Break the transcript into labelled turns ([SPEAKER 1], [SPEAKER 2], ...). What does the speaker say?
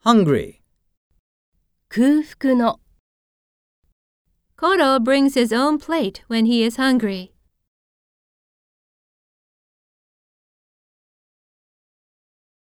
[SPEAKER 1] hungry.
[SPEAKER 2] 空腹の。Koro brings his own plate when he is hungry.